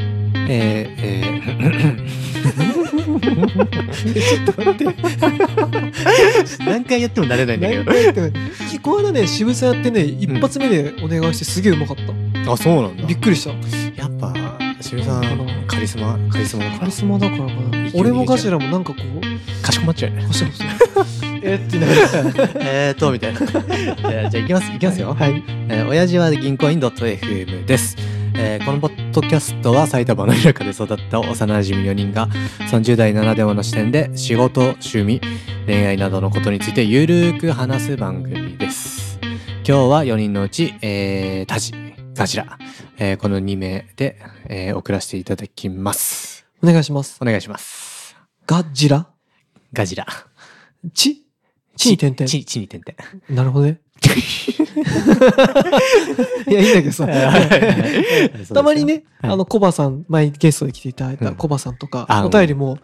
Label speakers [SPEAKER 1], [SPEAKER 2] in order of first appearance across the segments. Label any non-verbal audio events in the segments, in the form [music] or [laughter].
[SPEAKER 1] えー、えー、ちょっと待って。 [laughs] 何回やっても慣れないんだけ
[SPEAKER 2] 何
[SPEAKER 1] ど。
[SPEAKER 2] 回やってもきこの間ね渋沢やってね一
[SPEAKER 1] ん
[SPEAKER 2] 発目でお願いしてすげえうまかった、
[SPEAKER 1] あ、そうなんだ
[SPEAKER 2] びっくりした
[SPEAKER 1] やっぱ、渋谷さん、カリスマ、カリスマだか
[SPEAKER 2] カ
[SPEAKER 1] ら
[SPEAKER 2] リ、スマだからかな
[SPEAKER 1] 勢いで言えちゃう
[SPEAKER 2] 俺もガジラもなんかこう
[SPEAKER 1] かしこまっちゃうよね。
[SPEAKER 2] こしらこしらえーってなりなが
[SPEAKER 1] [laughs] えーと、みたいな。えーじゃあ、行きます、行きますよ。
[SPEAKER 2] ら [laughs] はい
[SPEAKER 1] えー親父は銀行員 .fm です、えーこのポッドキャストは埼玉の田舎で育った幼馴染4人が30代ならではの視点で仕事、趣味、恋愛などのことについてゆるーく話す番組です。今日は4人のうち、えー、タジ、ガジラ、えーこの2名で、えー送らせていただきます。
[SPEAKER 2] お願いします
[SPEAKER 1] お願いします。
[SPEAKER 2] ガジラ
[SPEAKER 1] ガジラ。
[SPEAKER 2] チチに点々
[SPEAKER 1] ち、ちに点々。
[SPEAKER 2] なるほどねいやいいんだけ
[SPEAKER 1] [laughs]
[SPEAKER 2] どさ [laughs] たまにね、
[SPEAKER 1] はい
[SPEAKER 2] あの、コバさん、前ゲストで来ていただい
[SPEAKER 1] うん
[SPEAKER 2] たコバさんとか、
[SPEAKER 1] あ
[SPEAKER 2] お便りも、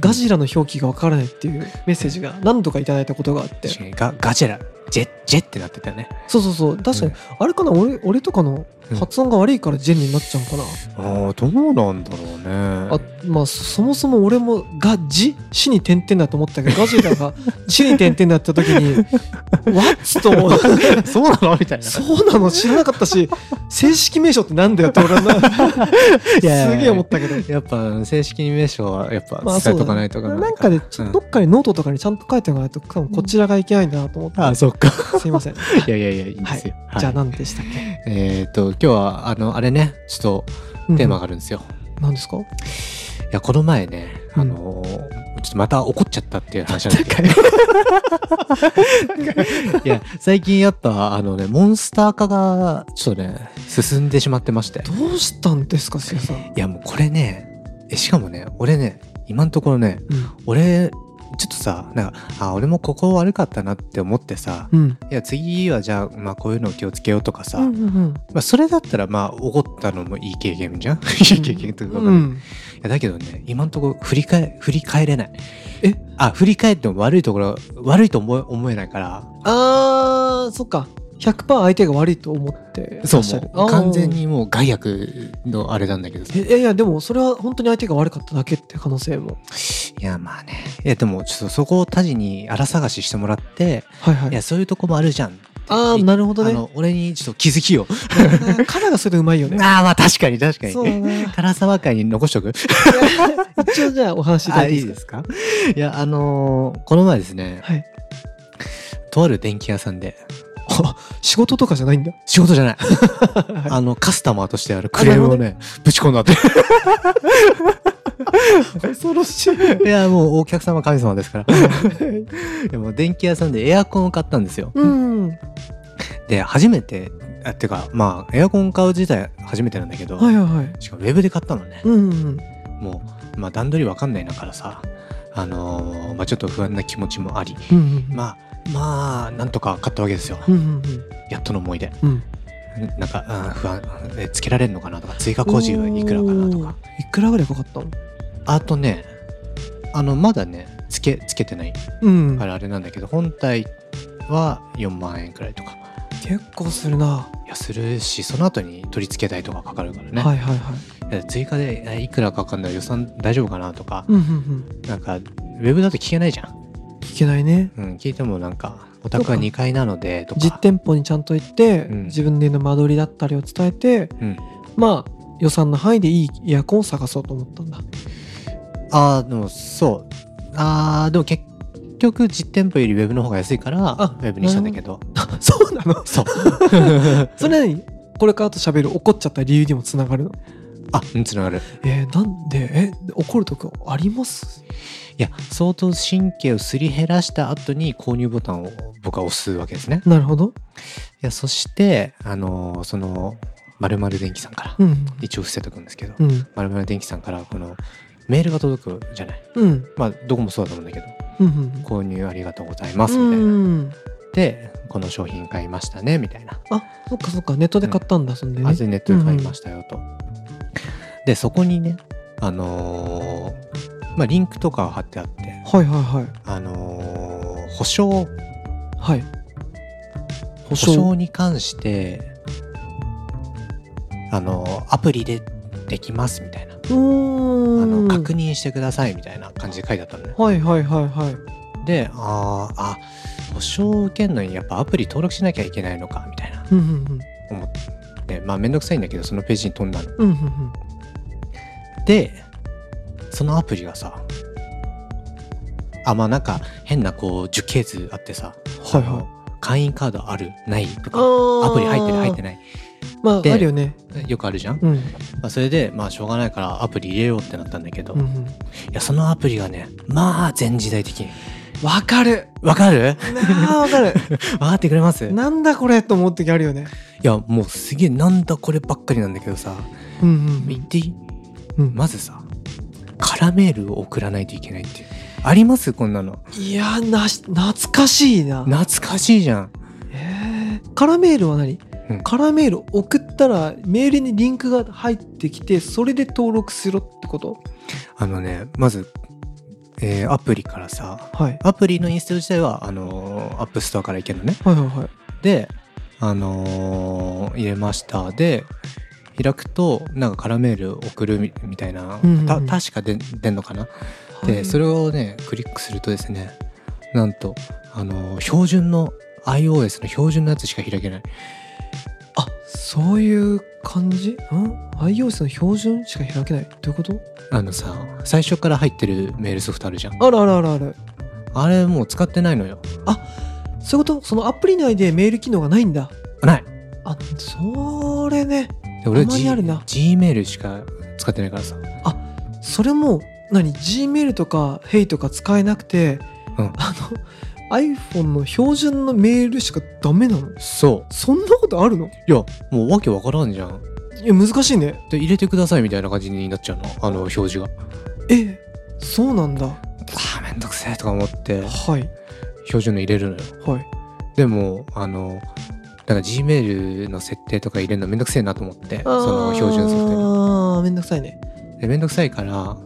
[SPEAKER 2] ガジラの表記がわからないっていうメッセージが何度かいただいたことがあって、
[SPEAKER 1] 確かにガガジェラジェジェってなってたよね
[SPEAKER 2] そうそうそう、確かに
[SPEAKER 1] うん、
[SPEAKER 2] あれかな、俺、俺とかの
[SPEAKER 1] うん
[SPEAKER 2] 発音が悪いからジェンになっちゃうのかな。
[SPEAKER 1] ああどうなんだろうね
[SPEAKER 2] あまあ、そもそも俺もガジ、死に点々だと思ったけど、ガ
[SPEAKER 1] [laughs]
[SPEAKER 2] ジラが死に点々だった時に、ワッツ
[SPEAKER 1] [laughs]
[SPEAKER 2] と思う。
[SPEAKER 1] そうなのみたいな
[SPEAKER 2] そうなの知らなかったし、正式名称ってなんだよって俺はな、
[SPEAKER 1] いやいやいや
[SPEAKER 2] すげえ思ったけど。
[SPEAKER 1] やっぱ正式名称はやっぱ
[SPEAKER 2] まあ
[SPEAKER 1] 使
[SPEAKER 2] そう
[SPEAKER 1] っ
[SPEAKER 2] だ
[SPEAKER 1] とか
[SPEAKER 2] ね
[SPEAKER 1] ないとか
[SPEAKER 2] ななんかで、ちょっとどっかにノートとかにちゃんと書いてもらえと、多分こちらがいけないんだなと思って。
[SPEAKER 1] ああそっ
[SPEAKER 2] [laughs]
[SPEAKER 1] か
[SPEAKER 2] すいません。
[SPEAKER 1] いやいやいやいいんで
[SPEAKER 2] は
[SPEAKER 1] すよ
[SPEAKER 2] い、
[SPEAKER 1] はい
[SPEAKER 2] じゃあ何でしたっけ、
[SPEAKER 1] えっと今日はあのあれねちょっと [laughs] テーマがあるんですよ
[SPEAKER 2] うん何ですか
[SPEAKER 1] いやこの前ね
[SPEAKER 2] うん
[SPEAKER 1] あのーちょっとまた怒っちゃったっていう話なんだ
[SPEAKER 2] [laughs]
[SPEAKER 1] けど [laughs] いや最近やっぱあのねモンスター化がちょっとね進んでしまってまして
[SPEAKER 2] どうしたんですか、すやさん。
[SPEAKER 1] いやもうこれねえしかもね俺ね今のところね
[SPEAKER 2] う
[SPEAKER 1] 俺ちょっとさなんかあ俺もここ悪かったなって思ってさ
[SPEAKER 2] ん。うん。
[SPEAKER 1] いや次はじゃあ,、まあこういうの気をつけようとかさ、
[SPEAKER 2] うん
[SPEAKER 1] ま
[SPEAKER 2] うん
[SPEAKER 1] あ、それだったらまあ怒ったのもいい経験じゃんいい経験というか、
[SPEAKER 2] うん。うん。
[SPEAKER 1] いやだけどね今のところ振り返振り返れない
[SPEAKER 2] え
[SPEAKER 1] あ振り返っても悪いところ悪いと思え思えないから
[SPEAKER 2] あー、そっか。100%相手が悪いと思ってら
[SPEAKER 1] そう
[SPEAKER 2] っしゃる。
[SPEAKER 1] もう
[SPEAKER 2] あー
[SPEAKER 1] 完全。にもう害悪のあれなんだけどさ
[SPEAKER 2] えいやいや、でもそれは本当に相手が悪かっただけって可能性も。
[SPEAKER 1] いやまあねいやでもちょっとそこをタジに荒探ししてもらって
[SPEAKER 2] はいはいい。
[SPEAKER 1] やそういうとこもあるじゃん
[SPEAKER 2] あー、なるほど
[SPEAKER 1] あ
[SPEAKER 2] ね。
[SPEAKER 1] の俺にちょっと気づきを
[SPEAKER 2] [laughs] カラがそれでうまいよね。
[SPEAKER 1] ああ、まあ確かに確か
[SPEAKER 2] そうだ
[SPEAKER 1] に。
[SPEAKER 2] な。
[SPEAKER 1] 唐沢会に残しとく
[SPEAKER 2] [laughs] 一応じゃあお話しいただいていいです
[SPEAKER 1] すかいや、あのーこの前ですね、
[SPEAKER 2] かはい。
[SPEAKER 1] とある電気屋さんで、
[SPEAKER 2] 仕事とかじゃないんだ。
[SPEAKER 1] 仕事じゃない。 [laughs] あの、カスタマーとしてあるクレームをね、ぶち込ん [laughs] だって。
[SPEAKER 2] 恐ろしい。
[SPEAKER 1] いや、もうお客様神様ですから。 [laughs] でも電気屋さんでエアコンを買ったんですよ。
[SPEAKER 2] うん。はい
[SPEAKER 1] で、初めて、あってか、まあ、エアコン買う自体初めてなんだけど、
[SPEAKER 2] はいはい。
[SPEAKER 1] しかもウェブで買ったのね。
[SPEAKER 2] うんうん。
[SPEAKER 1] もう、まあ、段取りわかんないなからさ、あのーまあ、ちょっと不安な気持ちもあり、
[SPEAKER 2] うんうんうん。
[SPEAKER 1] まあまあなんとか買ったわけですよ
[SPEAKER 2] うんうん
[SPEAKER 1] やっとの思い出
[SPEAKER 2] うんうん。
[SPEAKER 1] なんかあー不安えつけられるのかなとか追加工事はいくらかなとか
[SPEAKER 2] おー。いくらぐらいかかったの
[SPEAKER 1] あとねあのまだねつけつけてない
[SPEAKER 2] うん
[SPEAKER 1] からあれなんだけど本体は4万円くらいとか
[SPEAKER 2] 結構するな。
[SPEAKER 1] いやするしその後に取り付け代とかかかるからね、
[SPEAKER 2] はいはいはい。
[SPEAKER 1] いや追加でえいくらかかんだ予算大丈夫かなとか、
[SPEAKER 2] うんうんうん。
[SPEAKER 1] なんかウェブだと聞けないじゃん、
[SPEAKER 2] 聞けないね。
[SPEAKER 1] うん、聞いてもなんかお宅は2階なのでとか
[SPEAKER 2] 実店舗にちゃんと行って、
[SPEAKER 1] うん
[SPEAKER 2] 自分での間取りだったりを伝えて、
[SPEAKER 1] うん
[SPEAKER 2] まあ予算の範囲でいいエアコンを探そうと思ったんだ。 [laughs]
[SPEAKER 1] ああ、でもそう。ああ、でも結局実店舗よりウェブの方が安いから、ウ
[SPEAKER 2] あ
[SPEAKER 1] ェブにしたんだけど。
[SPEAKER 2] そうなの
[SPEAKER 1] そう。
[SPEAKER 2] [laughs] それなにこれからと喋る怒っちゃった理由にもつながるの
[SPEAKER 1] [laughs] あ、うん、つながる。
[SPEAKER 2] えー、なんでえ怒るときあります
[SPEAKER 1] いや、相当神経をすり減らした後に購入ボタンを僕は押すわけですね。い
[SPEAKER 2] なるほど。
[SPEAKER 1] や、そして、あのーその、まるまる電機さんから、
[SPEAKER 2] うん。
[SPEAKER 1] 一応伏せとくんですけど、
[SPEAKER 2] うん。
[SPEAKER 1] まるまる電機さんから、この、メールが届くじゃない。
[SPEAKER 2] うん。
[SPEAKER 1] まあ、どこもそうだと思うんだけど、
[SPEAKER 2] うんうん。
[SPEAKER 1] 購入ありがとうございます、
[SPEAKER 2] う
[SPEAKER 1] みたいな。
[SPEAKER 2] ん。
[SPEAKER 1] で、この商品買いましたね、みたいな。
[SPEAKER 2] あそっかそっかネットで買ったんだ、そんでね
[SPEAKER 1] アズネットで買いましたよと。で、そこにね、あのーまあ、リンクとかを貼ってあって、
[SPEAKER 2] はいはいはい
[SPEAKER 1] あのー保証、
[SPEAKER 2] はい保
[SPEAKER 1] 保
[SPEAKER 2] 証
[SPEAKER 1] 証に関して、あのーアプリでできますみたいな。あ
[SPEAKER 2] あ
[SPEAKER 1] の確認してくださいみたいな感じで書いてあったのね。
[SPEAKER 2] はいはいはいはい。
[SPEAKER 1] で、あーあ、保証圏内にやっぱアプリ登録しなきゃいけないのかみたいな
[SPEAKER 2] うんうん
[SPEAKER 1] 思って、まあめんどくさいんだけど、そのページに飛んだの。
[SPEAKER 2] うん。うんうん
[SPEAKER 1] で、そのアプリがさ、あ、まあなんか変なこう樹形図あってさ、
[SPEAKER 2] はいはい
[SPEAKER 1] あの会員カードあるないとか、
[SPEAKER 2] うん。
[SPEAKER 1] アプリ入ってる入って
[SPEAKER 2] ない。
[SPEAKER 1] ない。
[SPEAKER 2] まあ、
[SPEAKER 1] で
[SPEAKER 2] あるよね。
[SPEAKER 1] よくあるじゃん、
[SPEAKER 2] うん。
[SPEAKER 1] まあ、それで、まあしょうがないからアプリ入れようってなったんだけど、
[SPEAKER 2] うんう
[SPEAKER 1] い
[SPEAKER 2] ん
[SPEAKER 1] や、そのアプリがね、まあ全時代的に。
[SPEAKER 2] わかる。
[SPEAKER 1] わか
[SPEAKER 2] [laughs]
[SPEAKER 1] る
[SPEAKER 2] なあ、わか
[SPEAKER 1] [laughs]
[SPEAKER 2] る。
[SPEAKER 1] わかってくれますい
[SPEAKER 2] なんだこれと思う時あるよね。
[SPEAKER 1] や、もうすげえなんだこればっかりなんだけどさ、
[SPEAKER 2] うんう
[SPEAKER 1] 言っ
[SPEAKER 2] ん
[SPEAKER 1] ていい
[SPEAKER 2] うん。
[SPEAKER 1] まずさ、カラメールを送らないといけないっていう。ありますこんなの。
[SPEAKER 2] いや、なし、懐かしいな。
[SPEAKER 1] 懐かしいじゃん。
[SPEAKER 2] えーカラメールは何、
[SPEAKER 1] うん
[SPEAKER 2] カラメール送ったらメールにリンクが入ってきてそれで登録しろってこと
[SPEAKER 1] あのね、まず、えーアプリからさ、
[SPEAKER 2] はい
[SPEAKER 1] アプリのインストール自体は、あのー、アップストアからいけるのね。
[SPEAKER 2] はいはいはい
[SPEAKER 1] で、あのー入れました。で、開くと、なんかカラメール送るみみたいな、
[SPEAKER 2] うんうんうん
[SPEAKER 1] た確かで出んのかな。
[SPEAKER 2] は
[SPEAKER 1] で、
[SPEAKER 2] い
[SPEAKER 1] それをね、クリックするとですね、なんと、あのー標準の iOS の標準のやつしか開けない。
[SPEAKER 2] あそういう感じん iOS の標準しか開けないどういうこと
[SPEAKER 1] あのさ、最初から入ってるメールソフトあるじゃん。
[SPEAKER 2] あるあるあるある
[SPEAKER 1] あれもう使ってないのよ。
[SPEAKER 2] そういうことそのアプリ内でメール機能がないんだ
[SPEAKER 1] ない。
[SPEAKER 2] あそれね
[SPEAKER 1] で俺
[SPEAKER 2] たまにあるな
[SPEAKER 1] G メールしか使ってないからさ。
[SPEAKER 2] それも何 Gmail とか Hey とか使えなくて、
[SPEAKER 1] うん
[SPEAKER 2] あの iPhone の標準のメールしかダメなの
[SPEAKER 1] そ
[SPEAKER 2] そんなことあるの
[SPEAKER 1] う。いや、もうわけわからんじゃん。
[SPEAKER 2] いや難しいね
[SPEAKER 1] で、入れてくださいみたいな感じになっちゃうの。あの、表示が。
[SPEAKER 2] えそうなんだ
[SPEAKER 1] ああ、めんどくせえとか思って、
[SPEAKER 2] はい
[SPEAKER 1] 標準の入れるのよ。
[SPEAKER 2] はい
[SPEAKER 1] でも、あの、なんか G メールの設定とか入れるのめんどくせえなと思って、その標準ソフトに。
[SPEAKER 2] ああめんどくさいね
[SPEAKER 1] でめんどくさいから、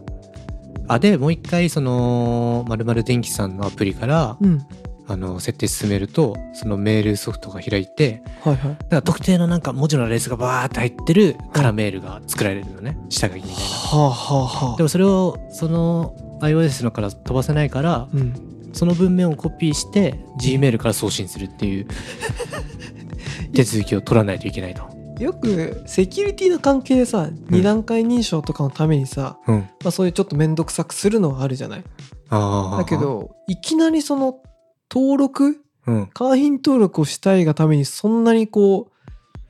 [SPEAKER 1] あ、で、もう一回、その、まるまる電気さんのアプリから、
[SPEAKER 2] うん
[SPEAKER 1] あの、設定進めると、そのメールソフトが開いて、
[SPEAKER 2] はいはい
[SPEAKER 1] だから特定のなんか文字のレースがバーって入ってるカラーメールが作られるのね、下書きみたいな。
[SPEAKER 2] はあはあは
[SPEAKER 1] でもそれをその iOS のから飛ばせないから、
[SPEAKER 2] うん、
[SPEAKER 1] その文面をコピーして Gmail から送信するって [laughs] いう手続きを取らないといけないと。
[SPEAKER 2] よくセキュリティの関係でさ、二段階認証とかのためにさ、
[SPEAKER 1] うん。
[SPEAKER 2] まあ、そういうちょっと面倒くさくするのはあるじゃない
[SPEAKER 1] ああ。
[SPEAKER 2] だけ、どいきなりその登録
[SPEAKER 1] うん。も
[SPEAKER 2] 会員登録をしたいがためにそんなにこ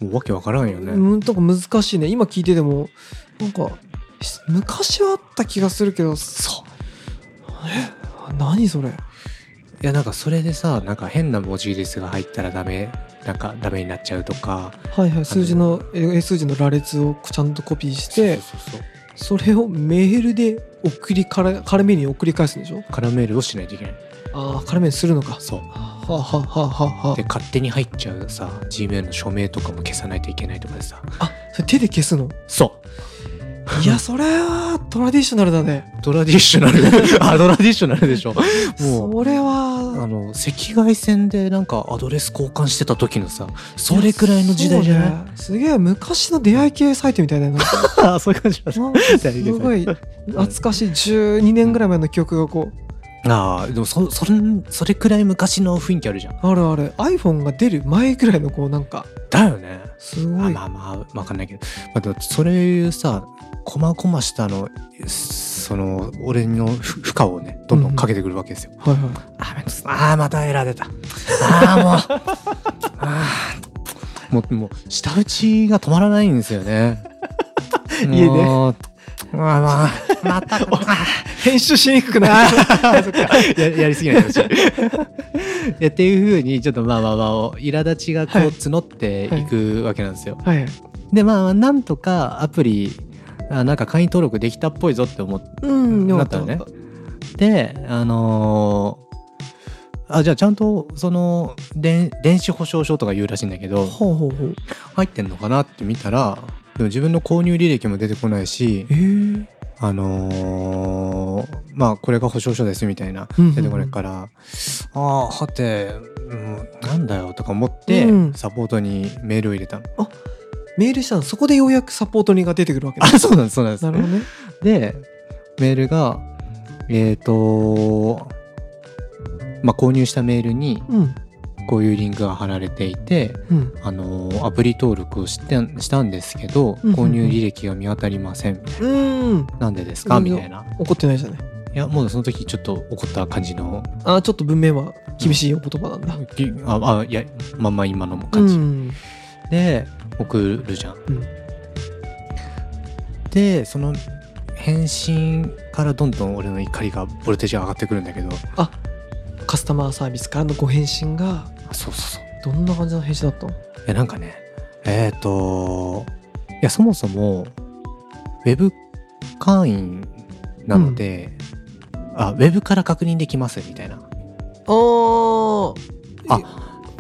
[SPEAKER 1] うわけわからん
[SPEAKER 2] う、
[SPEAKER 1] よね。
[SPEAKER 2] うんとか難しいね今聞いててもなんかし昔はあった気がするけどそうえ何それ
[SPEAKER 1] いやなんかそれでさ、なんか変な文字列が入ったらダメ、なんかダメになっちゃうとか。
[SPEAKER 2] はいはい数字のえ英数字の羅列をちゃんとコピーして
[SPEAKER 1] そうそうそうそう
[SPEAKER 2] それをメールで送りからからめに送り返すんでしょ
[SPEAKER 1] カラーメールをしないといけない。
[SPEAKER 2] ああからめにするのか
[SPEAKER 1] そう。
[SPEAKER 2] はあ、はあはあはあは
[SPEAKER 1] で勝手に入っちゃうさ Gmail の署名とかも消さないといけないとかでさ
[SPEAKER 2] あ、あそれ手で消すの
[SPEAKER 1] そ
[SPEAKER 2] いやそれはトラディショナルだね
[SPEAKER 1] うトラディショナ [laughs] ルあトラディショナルでしょもう
[SPEAKER 2] それは
[SPEAKER 1] あの赤外線でなんかアドレス交換してた時のさそれくらいの時代じゃない
[SPEAKER 2] そうねすげえ昔の出会い系サイトみたいだよ
[SPEAKER 1] [laughs]
[SPEAKER 2] なな
[SPEAKER 1] そう,、そういう感じだ
[SPEAKER 2] んかすごい懐かしい12年ぐらい前の記憶がこう
[SPEAKER 1] ああでもそそれそれくらい昔の雰囲気あるじゃん
[SPEAKER 2] あるある iPhone が出る前ぐらいのこうなんか
[SPEAKER 1] だよね
[SPEAKER 2] す
[SPEAKER 1] あ
[SPEAKER 2] ごい
[SPEAKER 1] まあまあわかんないけど、まあ、でもそれいうさこまこましたあのその俺の負負荷をねどんどんかけてくるわけですよ、
[SPEAKER 2] はいはい
[SPEAKER 1] あめんどくさあーまたエラー出たあ
[SPEAKER 2] [laughs]
[SPEAKER 1] あもうあーもうもう舌打ちが止まらないんですよ
[SPEAKER 2] [laughs]
[SPEAKER 1] ね
[SPEAKER 2] いいね
[SPEAKER 1] もうまあまあまたあ
[SPEAKER 2] [laughs] 編集しにくくなる
[SPEAKER 1] ーそっか [laughs] ややりすぎないでほしいいやっていうふうにちょっとまあまあまあお苛立ちがこう
[SPEAKER 2] はい
[SPEAKER 1] 募っていくわけなんですよ、
[SPEAKER 2] はい
[SPEAKER 1] でまあなんとかアプリあなんか会員登録できたっぽいぞって思って
[SPEAKER 2] うんよかった
[SPEAKER 1] なったであのーあじゃあちゃんとその電電子保証書とか言うらしいんだけど
[SPEAKER 2] ほうほうほう
[SPEAKER 1] 入ってんのかなって見たらでも自分の購入履歴も出てこないし
[SPEAKER 2] えー
[SPEAKER 1] あのーまあこれが保証書ですみたいな
[SPEAKER 2] うんうんうん
[SPEAKER 1] 出てこないから、ああはて、うん、なんだよとか思って
[SPEAKER 2] うん
[SPEAKER 1] サポートにメールを入れたの、
[SPEAKER 2] メールしたのそこでようやくサポートにが出てくるわけだ
[SPEAKER 1] あ、そうなんです、そうなんです
[SPEAKER 2] な。るほどね
[SPEAKER 1] で、メールが、えっ、と、まあ、購入したメールに、
[SPEAKER 2] うん
[SPEAKER 1] こういうリンクが貼られていて、
[SPEAKER 2] うん
[SPEAKER 1] あのーアプリ登録をしてしたんですけど、
[SPEAKER 2] うんうん
[SPEAKER 1] 購入履歴が見当たりません。みたいな
[SPEAKER 2] うん
[SPEAKER 1] なんでですか
[SPEAKER 2] うん
[SPEAKER 1] みたいな。
[SPEAKER 2] 怒ってないじゃない
[SPEAKER 1] いや、もうその時ちょっと怒った感じの、
[SPEAKER 2] あーちょっと文面は厳しいお言葉なんだ、
[SPEAKER 1] ぎあ、あ、いや、まんま今の感じ。
[SPEAKER 2] うん
[SPEAKER 1] で、送るじゃん。
[SPEAKER 2] うん
[SPEAKER 1] で、その返信からどんどん俺の怒りが、ボルテージが上がってくるんだけど、
[SPEAKER 2] あカスタマーサービスからのご返信が
[SPEAKER 1] あそうそうそう。
[SPEAKER 2] どんな感じの返信だったの
[SPEAKER 1] いや、なんかね、えっ、と、いや、そもそも、ウェブ会員なので、あ、ウェブから確認できますみたいな。
[SPEAKER 2] あー
[SPEAKER 1] あ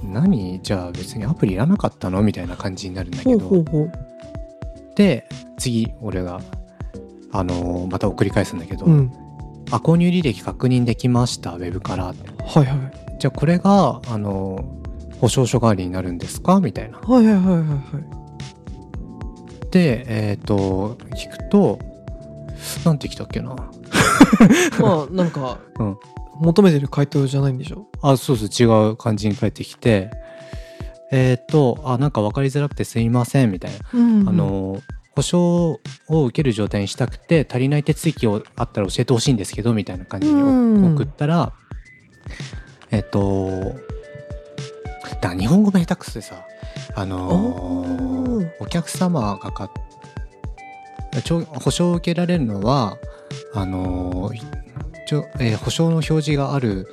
[SPEAKER 1] 何じゃあ別にアプリいらなかったのみたいな感じになるんだけ
[SPEAKER 2] ほ
[SPEAKER 1] ど。
[SPEAKER 2] うほうほう
[SPEAKER 1] で、次、俺が、あのーまた送り返すんだけど、
[SPEAKER 2] うん
[SPEAKER 1] あ、購入履歴確認できました、ウェブからって。
[SPEAKER 2] はいはい
[SPEAKER 1] じゃあこれが、あのー保証書代わりになるんですかみたいな。
[SPEAKER 2] はいはいはいはい [laughs] はい
[SPEAKER 1] で、えっ、と、聞くと、なんて来たっけな。
[SPEAKER 2] まあなんか、
[SPEAKER 1] うん
[SPEAKER 2] 求めてる回答じゃないんでしょ
[SPEAKER 1] あ、そうそう、違う感じに返ってきて、えっ、と、あ、なんか分かりづらくてすいません、みたいな。
[SPEAKER 2] うん
[SPEAKER 1] あの、保証を受ける状態にしたくて、足りない手続きをあったら教えてほしいんですけど、みたいな感じに
[SPEAKER 2] うん
[SPEAKER 1] お送ったら、えっ、と、だ日本語が下手くそでさ、あの
[SPEAKER 2] おー
[SPEAKER 1] お客様が買っちょ保証を受けられるのはあのちょ、えー保証の表示がある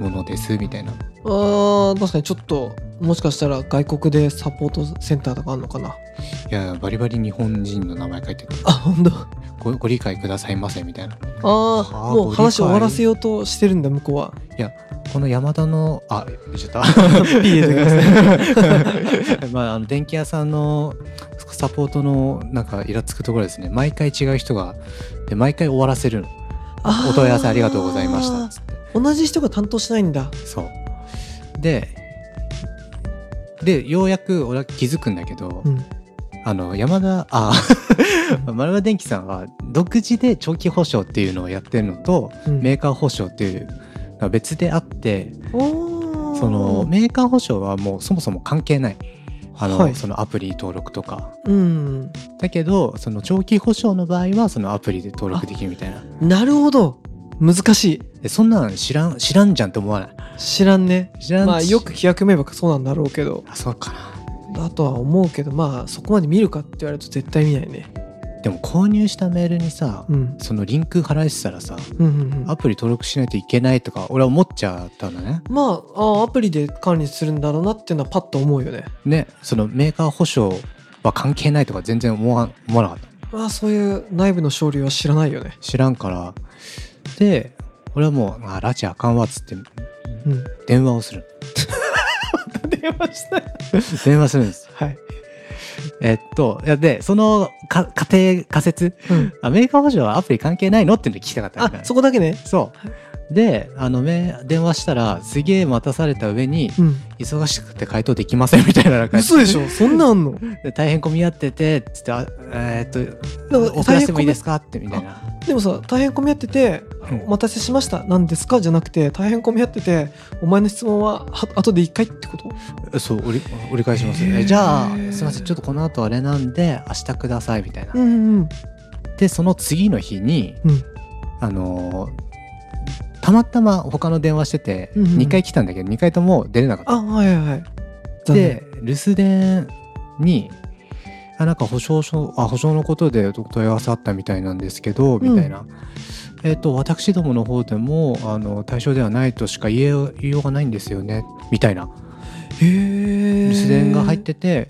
[SPEAKER 1] ものですみたいな
[SPEAKER 2] あー確かにちょっともしかしたら外国でサポートセンターとかあるのかない
[SPEAKER 1] やバリバリ日本人の名前書いてて
[SPEAKER 2] あ本当。
[SPEAKER 1] ごご理解くださいませみたいな
[SPEAKER 2] あ
[SPEAKER 1] は
[SPEAKER 2] あ
[SPEAKER 1] あ
[SPEAKER 2] もう話を
[SPEAKER 1] ご理解
[SPEAKER 2] 終わらせようとしてるんだ向こう [laughs] は
[SPEAKER 1] この山田のあ言っちゃった [laughs]
[SPEAKER 2] [laughs] 入れてくだ
[SPEAKER 1] まああの電気屋さんのサポートのなんかイラつくところですね毎回違う人がで毎回終わらせるの
[SPEAKER 2] あー
[SPEAKER 1] お問い合わせありがとうございましたつって
[SPEAKER 2] 同じ人が担当しないんだ
[SPEAKER 1] そうででようやく俺は気づくんだけど、
[SPEAKER 2] うん
[SPEAKER 1] あの山田
[SPEAKER 2] [laughs]
[SPEAKER 1] あ丸和電機さんは独自で長期保証っていうのをやってるのと、
[SPEAKER 2] うん
[SPEAKER 1] メーカー保証っていうのは別であって
[SPEAKER 2] おー
[SPEAKER 1] そのメーカー保証はもうそもそも関係ないあの、
[SPEAKER 2] はい
[SPEAKER 1] そのアプリ登録とか
[SPEAKER 2] うん
[SPEAKER 1] だけどその長期保証の場合はそのアプリで登録できるみたいな
[SPEAKER 2] なるほど難しい
[SPEAKER 1] でそんなん知らん知らんじゃんって思わない
[SPEAKER 2] 知らんね
[SPEAKER 1] 知らん
[SPEAKER 2] まあよく飛躍名ばっかそうなんだろうけど
[SPEAKER 1] あそうかな
[SPEAKER 2] だとは思うけどまあそこまで見るかって言われると絶対見ないね
[SPEAKER 1] でも購入したメールにさ、
[SPEAKER 2] うん
[SPEAKER 1] そのリンク貼られてたらさ
[SPEAKER 2] うんうんうん
[SPEAKER 1] アプリ登録しないといけないとか俺は思っちゃったんだね
[SPEAKER 2] まああーアプリで管理するんだろうなっていうのはパッと思うよね
[SPEAKER 1] ねそのメーカー保証は関係ないとか全然思わん思わなかった
[SPEAKER 2] まあそういう内部の勝利は知らないよね
[SPEAKER 1] 知らんからで俺はもう「あラチあかんわ」っつって
[SPEAKER 2] うん
[SPEAKER 1] 電話を [laughs] する
[SPEAKER 2] 電話した
[SPEAKER 1] 電話するんです
[SPEAKER 2] はい、
[SPEAKER 1] えっといやでそのか仮定仮説
[SPEAKER 2] うん、
[SPEAKER 1] あメーカー保証はアプリ関係ないのっていうの聞きたかったんだ
[SPEAKER 2] あそこだけね
[SPEAKER 1] そうであのめ電話したらすげえ待たされた上に
[SPEAKER 2] うん
[SPEAKER 1] 忙しくて回答できませんみたいな感じ
[SPEAKER 2] 嘘
[SPEAKER 1] [laughs]
[SPEAKER 2] でしょそんなんあんの
[SPEAKER 1] で大変混み合っててつってあえーっ
[SPEAKER 2] なん
[SPEAKER 1] と
[SPEAKER 2] か
[SPEAKER 1] 遅らせてもいいです
[SPEAKER 2] 大
[SPEAKER 1] かってみたいな
[SPEAKER 2] 変混みでもさ大変混み合ってて
[SPEAKER 1] うん
[SPEAKER 2] 「お待たせしました何ですか?」じゃなくて大変混み合ってて「お前の質問はは後で一回」ってこと
[SPEAKER 1] そう折り折り返しますよ
[SPEAKER 2] へ
[SPEAKER 1] ね
[SPEAKER 2] ー
[SPEAKER 1] じゃあすいませんちょっとこの後あれなんで明日くださいみたいな、
[SPEAKER 2] んうん
[SPEAKER 1] でその次の日に
[SPEAKER 2] うん
[SPEAKER 1] あのーたまたま他の電話してて
[SPEAKER 2] うんうん
[SPEAKER 1] 2回来たんだけど2回とも出れなかった、
[SPEAKER 2] あはいはいはい残念
[SPEAKER 1] で留守電にあなんか保証書あ保証のことでお問い合わせあったみたいなんですけど、みたいな、えっ、と私どもの方でもあの対象ではないとしか言えよ言いようがないんですよねみたいな
[SPEAKER 2] へ
[SPEAKER 1] 留
[SPEAKER 2] え
[SPEAKER 1] 守電が入ってて、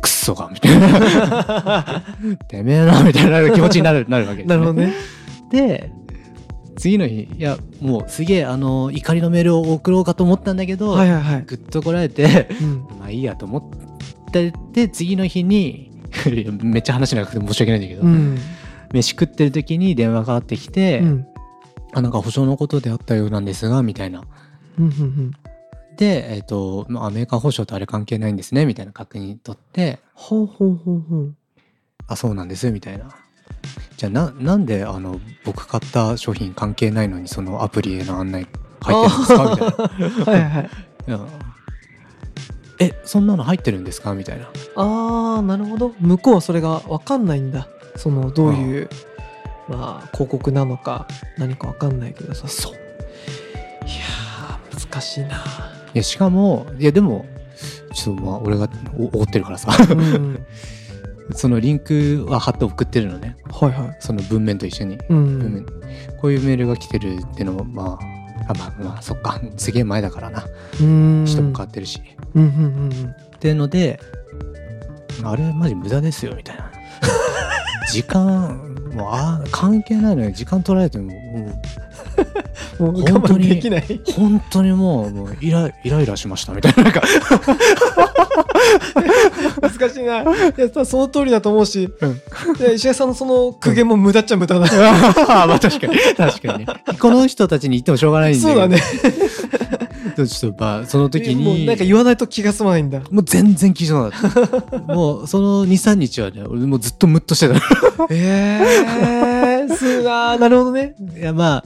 [SPEAKER 1] クッソがみたいな
[SPEAKER 2] [laughs]
[SPEAKER 1] てめえなみたいな気持ちになるなるわけです、ね、
[SPEAKER 2] なるほどね
[SPEAKER 1] で次の日いやもうすげえあの怒りのメールを送ろうかと思ったんだけど、
[SPEAKER 2] はいはいはい、
[SPEAKER 1] ぐっとこらえて
[SPEAKER 2] うん、
[SPEAKER 1] まあいいやと思ってて次の日に [laughs] いやめっちゃ話長くて申し訳ないんだけど、
[SPEAKER 2] うん
[SPEAKER 1] 飯食ってる時に電話がかかってきて、
[SPEAKER 2] うん
[SPEAKER 1] あなんか保証のことであったようなんですがみたいな
[SPEAKER 2] うんうん
[SPEAKER 1] で、えっ、と、まあ、メーカー保証とあれ関係ないんですね、みたいな確認取って、
[SPEAKER 2] ほうほうほうほう。
[SPEAKER 1] あ、そうなんです、みたいな。じゃあな、なんで、あの、僕買った商品関係ないのに、そのアプリへの案内入ってるんですかみたいな。
[SPEAKER 2] みたいな。はいはい。
[SPEAKER 1] うんえ、そんなの入ってるんですかみたいな。
[SPEAKER 2] ああ、なるほど。向こうはそれが分かんないんだ。その、どういう、まあ、広告なのか、何か分かんないけどさ、そう。いやー、難しいな。
[SPEAKER 1] いや、しかも、いや、でも、ちょっとまあ、俺がお怒ってるからさ、 [laughs]
[SPEAKER 2] うん。
[SPEAKER 1] そのリンクは貼って送ってるのね。
[SPEAKER 2] はいはい。
[SPEAKER 1] その文面と一緒に。
[SPEAKER 2] う
[SPEAKER 1] 文
[SPEAKER 2] ん
[SPEAKER 1] 面。こういうメールが来てるってのは、まあ、あ、まあ、まあ、そっか。すげえ前だからな。
[SPEAKER 2] うん。
[SPEAKER 1] 人も変わってるし。
[SPEAKER 2] うんうんうん
[SPEAKER 1] ってので、あれマジ無駄ですよ、みたいな。 [laughs] 時間、もう、あー関係ないのよ。時間取られても、もう
[SPEAKER 2] うん。も
[SPEAKER 1] 本
[SPEAKER 2] う我
[SPEAKER 1] 当
[SPEAKER 2] 慢
[SPEAKER 1] に
[SPEAKER 2] できない。
[SPEAKER 1] 本当にもう、もうイライライラしました、みたいな。なんか、
[SPEAKER 2] 難しいな。いや、ただその通りだと思うし、
[SPEAKER 1] うん
[SPEAKER 2] で石井さんのその苦言も無駄っちゃ無駄だ。
[SPEAKER 1] あーまあ確かに。確かにね。この人たちに言ってもしょうがないんで。
[SPEAKER 2] そうだね。。
[SPEAKER 1] ちょっと、まあ、その時
[SPEAKER 2] もう
[SPEAKER 1] に。
[SPEAKER 2] なんか言わないと気が済まないんだ。
[SPEAKER 1] もう全然聞いてなかった。もうその2、3日はね、俺もうずっとムッとして [laughs] た。
[SPEAKER 2] えー、すがー、なるほどね。
[SPEAKER 1] いや、まあ、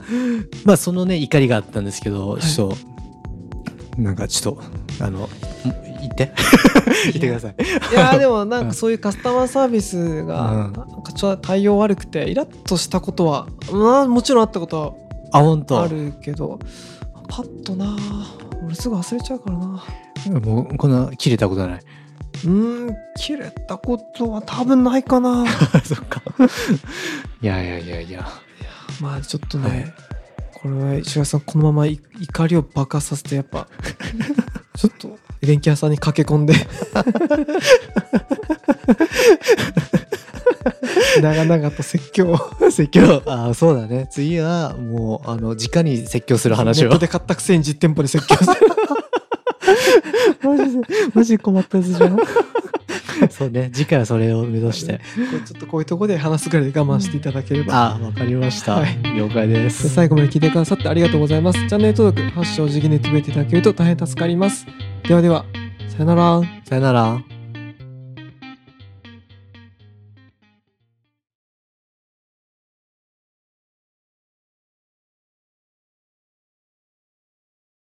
[SPEAKER 1] まあそのね、怒りがあったんですけど、ちょっと、なんかちょっと、あの、ん言 [laughs] って。言ってください。
[SPEAKER 2] いやーでもなんかそういうカスタマーサービス
[SPEAKER 1] う
[SPEAKER 2] が
[SPEAKER 1] ん
[SPEAKER 2] なんかちょっと対応悪くてイラッとしたことは、まあ、もちろんあったこと
[SPEAKER 1] あ、本当
[SPEAKER 2] はあるけどパッとなー俺すぐ忘れちゃうからな
[SPEAKER 1] もう、こんな切れたことない。
[SPEAKER 2] うーん切れたことは多分ないかな
[SPEAKER 1] [laughs] そっか。いやいやいやいや。
[SPEAKER 2] まあちょっとね、
[SPEAKER 1] はい
[SPEAKER 2] これは石川さんこのままい怒りを爆発させてやっ
[SPEAKER 1] [laughs]
[SPEAKER 2] ぱちょっと電気屋さんに駆け込んで長々と説教を
[SPEAKER 1] [laughs] 説教。あそうだね。次は、もう、あの、直に説教する話
[SPEAKER 2] ネッ
[SPEAKER 1] を
[SPEAKER 2] ト。で買ったくせに実店舗で説教する
[SPEAKER 1] [laughs] マジで、マジ困ったやつじゃん。そうね。次回はそれを目指して。
[SPEAKER 2] こうちょっとこういうとこで話すぐらいで我慢していただければ
[SPEAKER 1] あ、わかり [laughs] ました。
[SPEAKER 2] はい
[SPEAKER 1] 了解です。
[SPEAKER 2] 最後まで聞いてくださってありがとうございますチャンネル登録発祥直につぶえていただけると大変助かりますではではさよなら
[SPEAKER 1] さよなら。